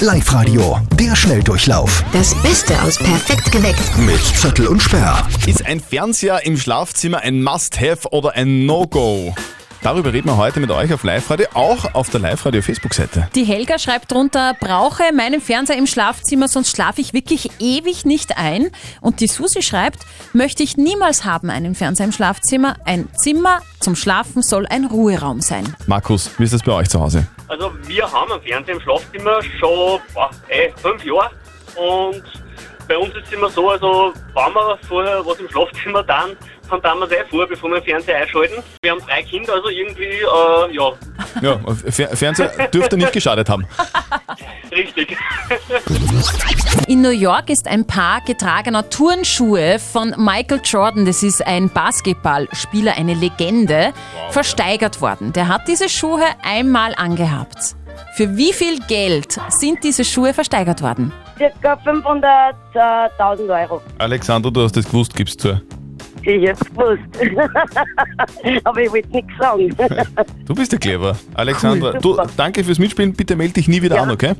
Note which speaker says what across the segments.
Speaker 1: Live-Radio, der Schnelldurchlauf
Speaker 2: Das Beste aus Perfekt geweckt.
Speaker 1: mit Zettel und Sperr.
Speaker 3: Ist ein Fernseher im Schlafzimmer ein Must-Have oder ein No-Go? Darüber reden wir heute mit euch auf Live-Radio, auch auf der Live-Radio-Facebook-Seite.
Speaker 4: Die Helga schreibt drunter, brauche meinen Fernseher im Schlafzimmer, sonst schlafe ich wirklich ewig nicht ein. Und die Susi schreibt, möchte ich niemals haben einen Fernseher im Schlafzimmer. Ein Zimmer zum Schlafen soll ein Ruheraum sein.
Speaker 3: Markus, wie ist das bei euch zu Hause?
Speaker 5: Also wir haben einen Fernseher im Schlafzimmer schon boah, ey, fünf Jahre und bei uns ist es immer so, also wenn wir vorher was im Schlafzimmer dann, dann tun wir es eh vor, bevor wir den Fernseher einschalten. Wir haben drei Kinder, also irgendwie, äh, ja,
Speaker 3: Ja, Fer Fernseher dürfte nicht geschadet haben.
Speaker 5: richtig.
Speaker 4: In New York ist ein Paar getragener Turnschuhe von Michael Jordan, das ist ein Basketballspieler, eine Legende, versteigert worden. Der hat diese Schuhe einmal angehabt. Für wie viel Geld sind diese Schuhe versteigert worden?
Speaker 6: circa 500.000 Euro.
Speaker 3: Alexander, du hast das gewusst, gibst zu.
Speaker 6: Ich hab's gewusst. Aber ich wollte nichts sagen.
Speaker 3: Du bist ja clever. Alexandra, du, danke fürs Mitspielen. Bitte melde dich nie wieder an, okay?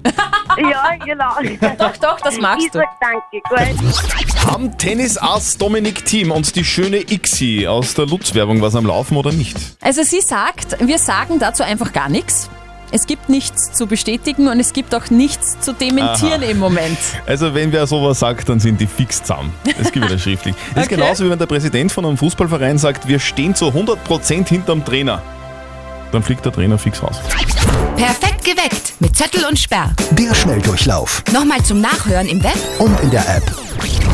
Speaker 6: ja, genau.
Speaker 4: Doch, doch, das
Speaker 6: Ich
Speaker 4: magst du.
Speaker 6: sag danke, gut.
Speaker 3: Haben Tennisass Dominik Thiem und die schöne Ixi aus der Lutz-Werbung was am Laufen oder nicht?
Speaker 4: Also sie sagt, wir sagen dazu einfach gar nichts. Es gibt nichts zu bestätigen und es gibt auch nichts zu dementieren im Moment.
Speaker 3: Also, wenn wer sowas sagt, dann sind die fix zusammen. Das gibt wieder schriftlich. Das
Speaker 4: Okay.
Speaker 3: ist genauso, wie wenn der Präsident von einem Fußballverein sagt, wir stehen zu 100% hinterm Trainer. Dann fliegt der Trainer fix raus.
Speaker 2: Perfekt geweckt mit Zettel und Sperr.
Speaker 1: Der Schnelldurchlauf
Speaker 2: Nochmal zum Nachhören im Web
Speaker 1: und in der App.